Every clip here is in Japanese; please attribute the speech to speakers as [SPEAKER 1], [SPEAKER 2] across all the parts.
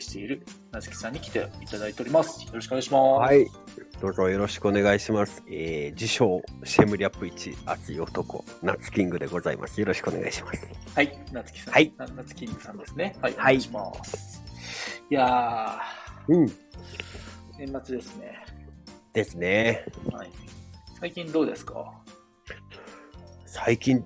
[SPEAKER 1] しているなずきさんに来ていただいております。よろしくお願いします。
[SPEAKER 2] はい。どうぞよろしくお願いします。えー、自称、シェムリアップ1、熱い男、ナッツキングでございます。よろしくお願いします。
[SPEAKER 1] はい、なつきさん。
[SPEAKER 2] はい
[SPEAKER 1] ななつきんぐさんですね。はい、お
[SPEAKER 2] は
[SPEAKER 1] 願
[SPEAKER 2] い
[SPEAKER 1] いします。い、や
[SPEAKER 2] うん。
[SPEAKER 1] ー、年末ですね。
[SPEAKER 2] ですね。
[SPEAKER 1] はい。最近どうですか
[SPEAKER 2] 最近、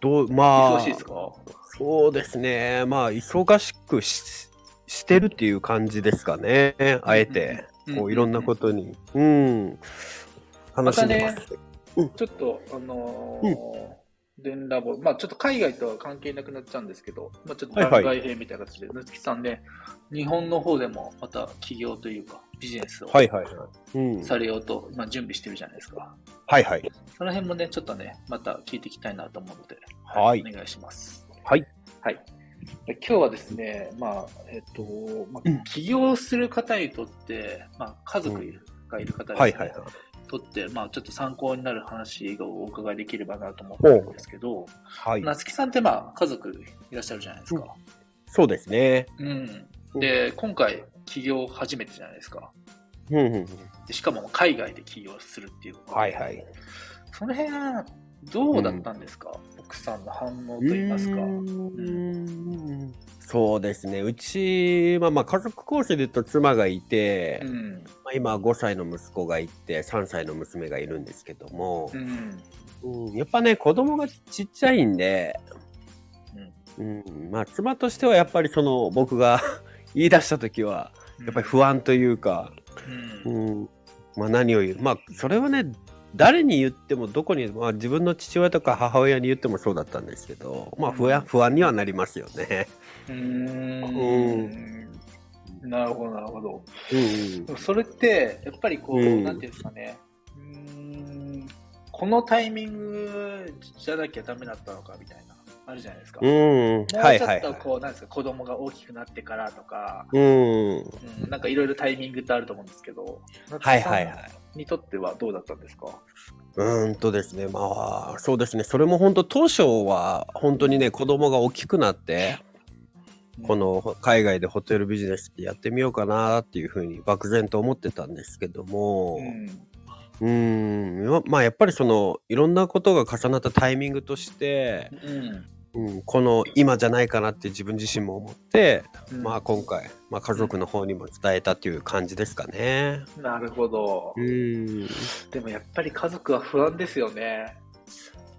[SPEAKER 2] どう、まあ、
[SPEAKER 1] 忙しいですか。
[SPEAKER 2] そうですね。まあ、忙しくししてるっていう感じですかね。あえて、こういろんなこととに。うん。楽しんでま。
[SPEAKER 1] ますちょっと、あのー、電ラボ、まあちょっと海外とは関係なくなっちゃうんですけど、まあちょっと
[SPEAKER 2] はいは
[SPEAKER 1] 番
[SPEAKER 2] い
[SPEAKER 1] 外編みたいな形で、なつきさんね、日本の方でもまた起業というか、ビジネスを
[SPEAKER 2] はいはいはい。うん。
[SPEAKER 1] されようと、今準備してるじゃないですか。
[SPEAKER 2] はいはい。
[SPEAKER 1] その辺もね、ちょっとね、また聞いていきたいなと思うので、
[SPEAKER 2] はい
[SPEAKER 1] お願いします。
[SPEAKER 2] はい。
[SPEAKER 1] はい。で今日はですね、まあ、えっと、ま
[SPEAKER 2] うん
[SPEAKER 1] あ、起業する方にとって、まあ、家族がいる方に
[SPEAKER 2] はいはいはい。
[SPEAKER 1] とって、まあ、ちょっと参考になる話をお伺いできればなと思ってるんですけど、
[SPEAKER 2] はい。
[SPEAKER 1] 夏木さんって、まあ、家族いらっしゃるじゃないですか。
[SPEAKER 2] そうですね。
[SPEAKER 1] うん。で、今回、起業初めてじゃないですか。
[SPEAKER 2] うんうんうん。
[SPEAKER 1] でしかも、海外で起業するっていうことで
[SPEAKER 2] はいはい。
[SPEAKER 1] その辺はどうだったんですか、奥さんの反応といいますか。
[SPEAKER 2] うー
[SPEAKER 1] うん
[SPEAKER 2] んそうですね。うちは、まあ、家族構成で言うと妻がいて、
[SPEAKER 1] ん。
[SPEAKER 2] まあ今5歳の息子がいて、3歳の娘がいるんですけども
[SPEAKER 1] う、ん。
[SPEAKER 2] うんやっぱね、子供がちっちゃいんで、うんまあ、妻としてはやっぱりその僕が 言い出した時は、やっぱり不安というか、
[SPEAKER 1] うん。
[SPEAKER 2] うんまあ、何を言う、まあ、それはね、誰に言ってもどこに、まあ、自分の父親とか母親に言ってもそうだったんですけど、まあ、不安不安にはなりますよね。
[SPEAKER 1] うーん。なるほど、なるほど。
[SPEAKER 2] うん
[SPEAKER 1] でもそれって、やっぱりこう、
[SPEAKER 2] うん
[SPEAKER 1] なんていうんですかね。うーん。このタイミングじゃなきゃダメだったのかみたいな、あるじゃないですか。
[SPEAKER 2] うん、うん、
[SPEAKER 1] も
[SPEAKER 2] は
[SPEAKER 1] う
[SPEAKER 2] い
[SPEAKER 1] ち
[SPEAKER 2] は
[SPEAKER 1] ょっ
[SPEAKER 2] いは
[SPEAKER 1] と
[SPEAKER 2] い。
[SPEAKER 1] こう、なんですか、子供が大きくなってからとか、
[SPEAKER 2] うん、
[SPEAKER 1] うん、なんかいろいろタイミングってあると思うんですけど、
[SPEAKER 2] はいはいは
[SPEAKER 1] 夏さ
[SPEAKER 2] い。
[SPEAKER 1] んにとってはどうだったんですか
[SPEAKER 2] うーんとですね、まあ、そうですね、それも本当、当初は本当にね、子供が大きくなって、こ、の海外でホテルビジネスってやってみようかなっていうふうに漠然と思ってたんですけども
[SPEAKER 1] う、ん。
[SPEAKER 2] うーん、ままあやっぱりそのいろんなことが重なったタイミングとして、
[SPEAKER 1] うん。
[SPEAKER 2] うん、この今じゃないかなって自分自身も思って、
[SPEAKER 1] うん
[SPEAKER 2] まあ今回、まあ、家族の方にも伝えたっていう感じですかね。
[SPEAKER 1] なるほど
[SPEAKER 2] う。ーん
[SPEAKER 1] でもやっぱり家族は不安ですよね。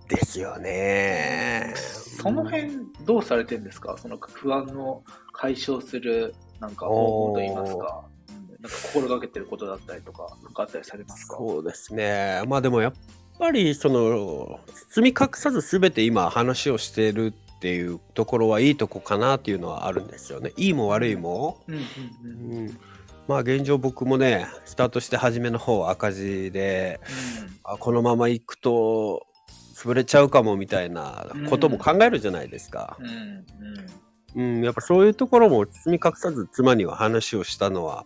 [SPEAKER 2] ですよね。
[SPEAKER 1] その辺どうされてるんですかその不安を解消するなんか方法といいますか。うんなんか心がけてることだったりとか、なんかあったりされますか
[SPEAKER 2] そうですね。まあでもやっぱりその包み隠さず全て今話をしてるっていうところはいいとこかなっていうのはあるんですよね。いいも悪いも。
[SPEAKER 1] うんうん
[SPEAKER 2] う
[SPEAKER 1] うん。うん
[SPEAKER 2] ん、まあ現状僕もねスタートして初めの方は赤字であこのまま行くと潰れちゃうかもみたいなことも考えるじゃないですか。
[SPEAKER 1] うんうん
[SPEAKER 2] うん、やっぱそういうところも包み隠さず妻には話をしたのは、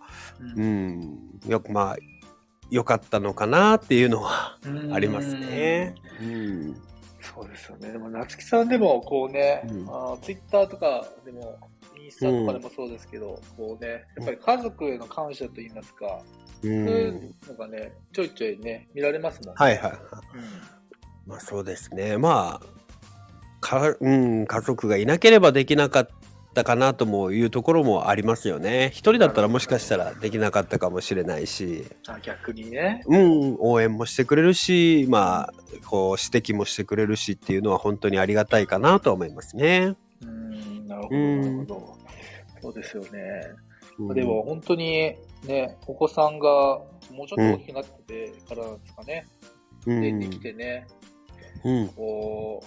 [SPEAKER 1] うん
[SPEAKER 2] うん、よくまあ良かったのかなっていうのはありますね。。うん、
[SPEAKER 1] そうですよね。でも、夏木さんでも、こうね、
[SPEAKER 2] うん
[SPEAKER 1] あツイッター Twitter とかでも、インスタとかでもそうですけど、こうね、やっぱり家族への感謝といいますか、
[SPEAKER 2] う
[SPEAKER 1] そうんいうのがね、ちょいちょいね、見られますもんね。
[SPEAKER 2] はいはい。
[SPEAKER 1] う
[SPEAKER 2] まあそうですね。まあか、うん、家族がいなければできなかったかなともいうところもありますよね。一人だったらもしかしたらできなかったかもしれないし、
[SPEAKER 1] ん、あ逆にね。
[SPEAKER 2] うん、応援もしてくれるし、まあ、こう指摘もしてくれるしっていうのは本当にありがたいかなとは思いますね。
[SPEAKER 1] うん、なるほ
[SPEAKER 2] う
[SPEAKER 1] ど、
[SPEAKER 2] ん
[SPEAKER 1] なるほど。そうですよね。
[SPEAKER 2] うん
[SPEAKER 1] でも、、本当に、ね、お子さんがもうちょっと大きくなっててからなんですかね、
[SPEAKER 2] うん、
[SPEAKER 1] 出てきてね、
[SPEAKER 2] うん、
[SPEAKER 1] こ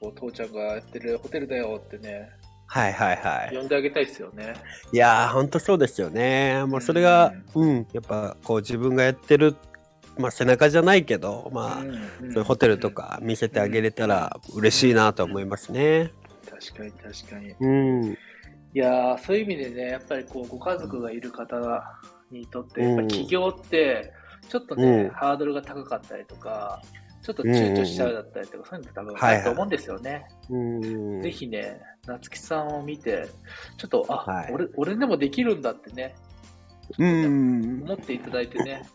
[SPEAKER 1] う、こう父ちゃんがやってるホテルだよってね、
[SPEAKER 2] はいはいはい。
[SPEAKER 1] 呼んであげたいですよね。
[SPEAKER 2] いやー、ほんとそうですよね。もうそれが、うん、やっぱこう自分がやってる、まあ背中じゃないけど、まあ、
[SPEAKER 1] うん
[SPEAKER 2] そういうホテルと。か見せてあげれたら嬉しいなと思いますね。
[SPEAKER 1] うん確かに確かに。い
[SPEAKER 2] うん。
[SPEAKER 1] やーそういう意味でね、やっぱりこうご家族がいる方にとって、
[SPEAKER 2] うん
[SPEAKER 1] やっぱ起業って、ちょっとね、
[SPEAKER 2] うん
[SPEAKER 1] ハードルが高かったりとか、ちょっと躊躇しちゃうだったりとか、そういうのって多分あると思うんですよね。
[SPEAKER 2] うん
[SPEAKER 1] ぜひね、夏木さんを見て、ちょっと、あ、
[SPEAKER 2] はい
[SPEAKER 1] 俺、俺でもできるんだってね、
[SPEAKER 2] うん
[SPEAKER 1] 思っていただいてね、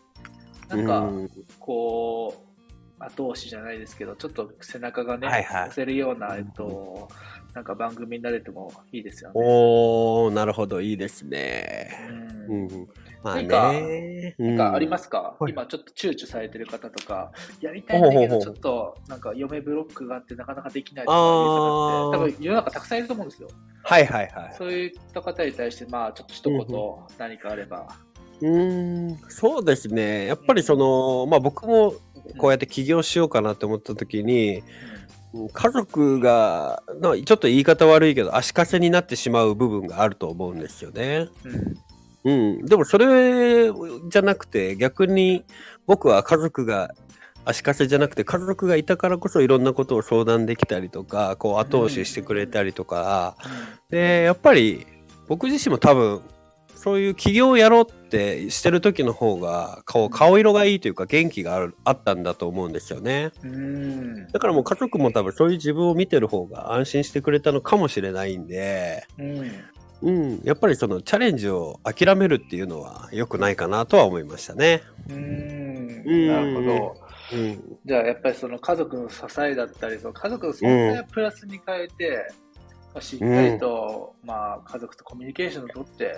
[SPEAKER 1] なんか、
[SPEAKER 2] うん
[SPEAKER 1] こう、後押しじゃないですけど、ちょっと背中がね、
[SPEAKER 2] はいはい
[SPEAKER 1] 押せるような、えっと、なんか番組になれてもいいですよね。
[SPEAKER 2] おーなるほどいいですね
[SPEAKER 1] う
[SPEAKER 2] うんんまあ
[SPEAKER 1] なんか
[SPEAKER 2] ね
[SPEAKER 1] なんかありますすか、
[SPEAKER 2] はい
[SPEAKER 1] 今ちょっと躊躇されてる方とか、やりたいんだけ
[SPEAKER 2] ほうほう
[SPEAKER 1] ど、
[SPEAKER 2] ほ
[SPEAKER 1] ちょ
[SPEAKER 2] う
[SPEAKER 1] っとなんか嫁ブロックがあってなかなかできないと
[SPEAKER 2] あ
[SPEAKER 1] かいう方
[SPEAKER 2] ー
[SPEAKER 1] って、多分世の中たくさんいると思うんですよ。
[SPEAKER 2] はいはいはい
[SPEAKER 1] そういった方に対して、まあ、ちょっと一
[SPEAKER 2] うんう
[SPEAKER 1] 言何かあれば。
[SPEAKER 2] うーんそうですねやっぱりその、まあ、僕もこうやって起業しようかなって思った時に家族がなちょっと言い方悪いけど足かせになってしまう部分があると思うんですよね。
[SPEAKER 1] うんうん
[SPEAKER 2] うん、でもそれじゃなくて逆に僕は家族が足かせじゃなくて家族がいたからこそいろんなことを相談できたりとかこう後押ししてくれたりとか、でやっぱり僕自身も多分そういう起業をやろうってしてる時の方が顔顔色がいいというか元気があるあったんだと思うんですよね
[SPEAKER 1] うん
[SPEAKER 2] だからもう家族も多分そういう自分を見てる方が安心してくれたのかもしれないんで、
[SPEAKER 1] うん
[SPEAKER 2] うん、やっぱりそのチャレンジを諦めるっていうのは良くないかなとは思いましたね。
[SPEAKER 1] うんなるほど。
[SPEAKER 2] うん、
[SPEAKER 1] じゃあ、やっぱりその家族の支えだったり、その家族の存在をプラスに変えて、まあしっかりと、まあ、家族とコミュニケーションをとって、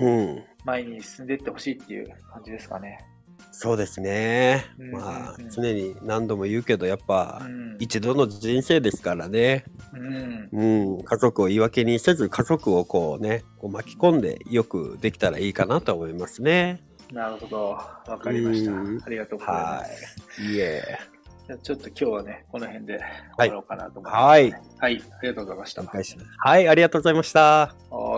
[SPEAKER 2] うん、
[SPEAKER 1] 前に進んでいってほしいっていう感じですかね。
[SPEAKER 2] そうですね。
[SPEAKER 1] うん
[SPEAKER 2] まあ
[SPEAKER 1] うん
[SPEAKER 2] 常に何度も言うけどやっ
[SPEAKER 1] う
[SPEAKER 2] ぱ
[SPEAKER 1] ん。
[SPEAKER 2] 一度の人生ですからね。
[SPEAKER 1] うん。
[SPEAKER 2] うん、家族を言い訳にせず家族をこうねこう巻き込んでよくできたらいいかなと思いますね。
[SPEAKER 1] なるほど。わかりました。
[SPEAKER 2] うん
[SPEAKER 1] ありがとうございま
[SPEAKER 2] は
[SPEAKER 1] す。
[SPEAKER 2] い。いえ。
[SPEAKER 1] じゃあちょっと今日はね、この辺で終わろうかなと思います。
[SPEAKER 2] はい。
[SPEAKER 1] はい。ありがとうございました。
[SPEAKER 2] はい、ありがとうございました。
[SPEAKER 1] は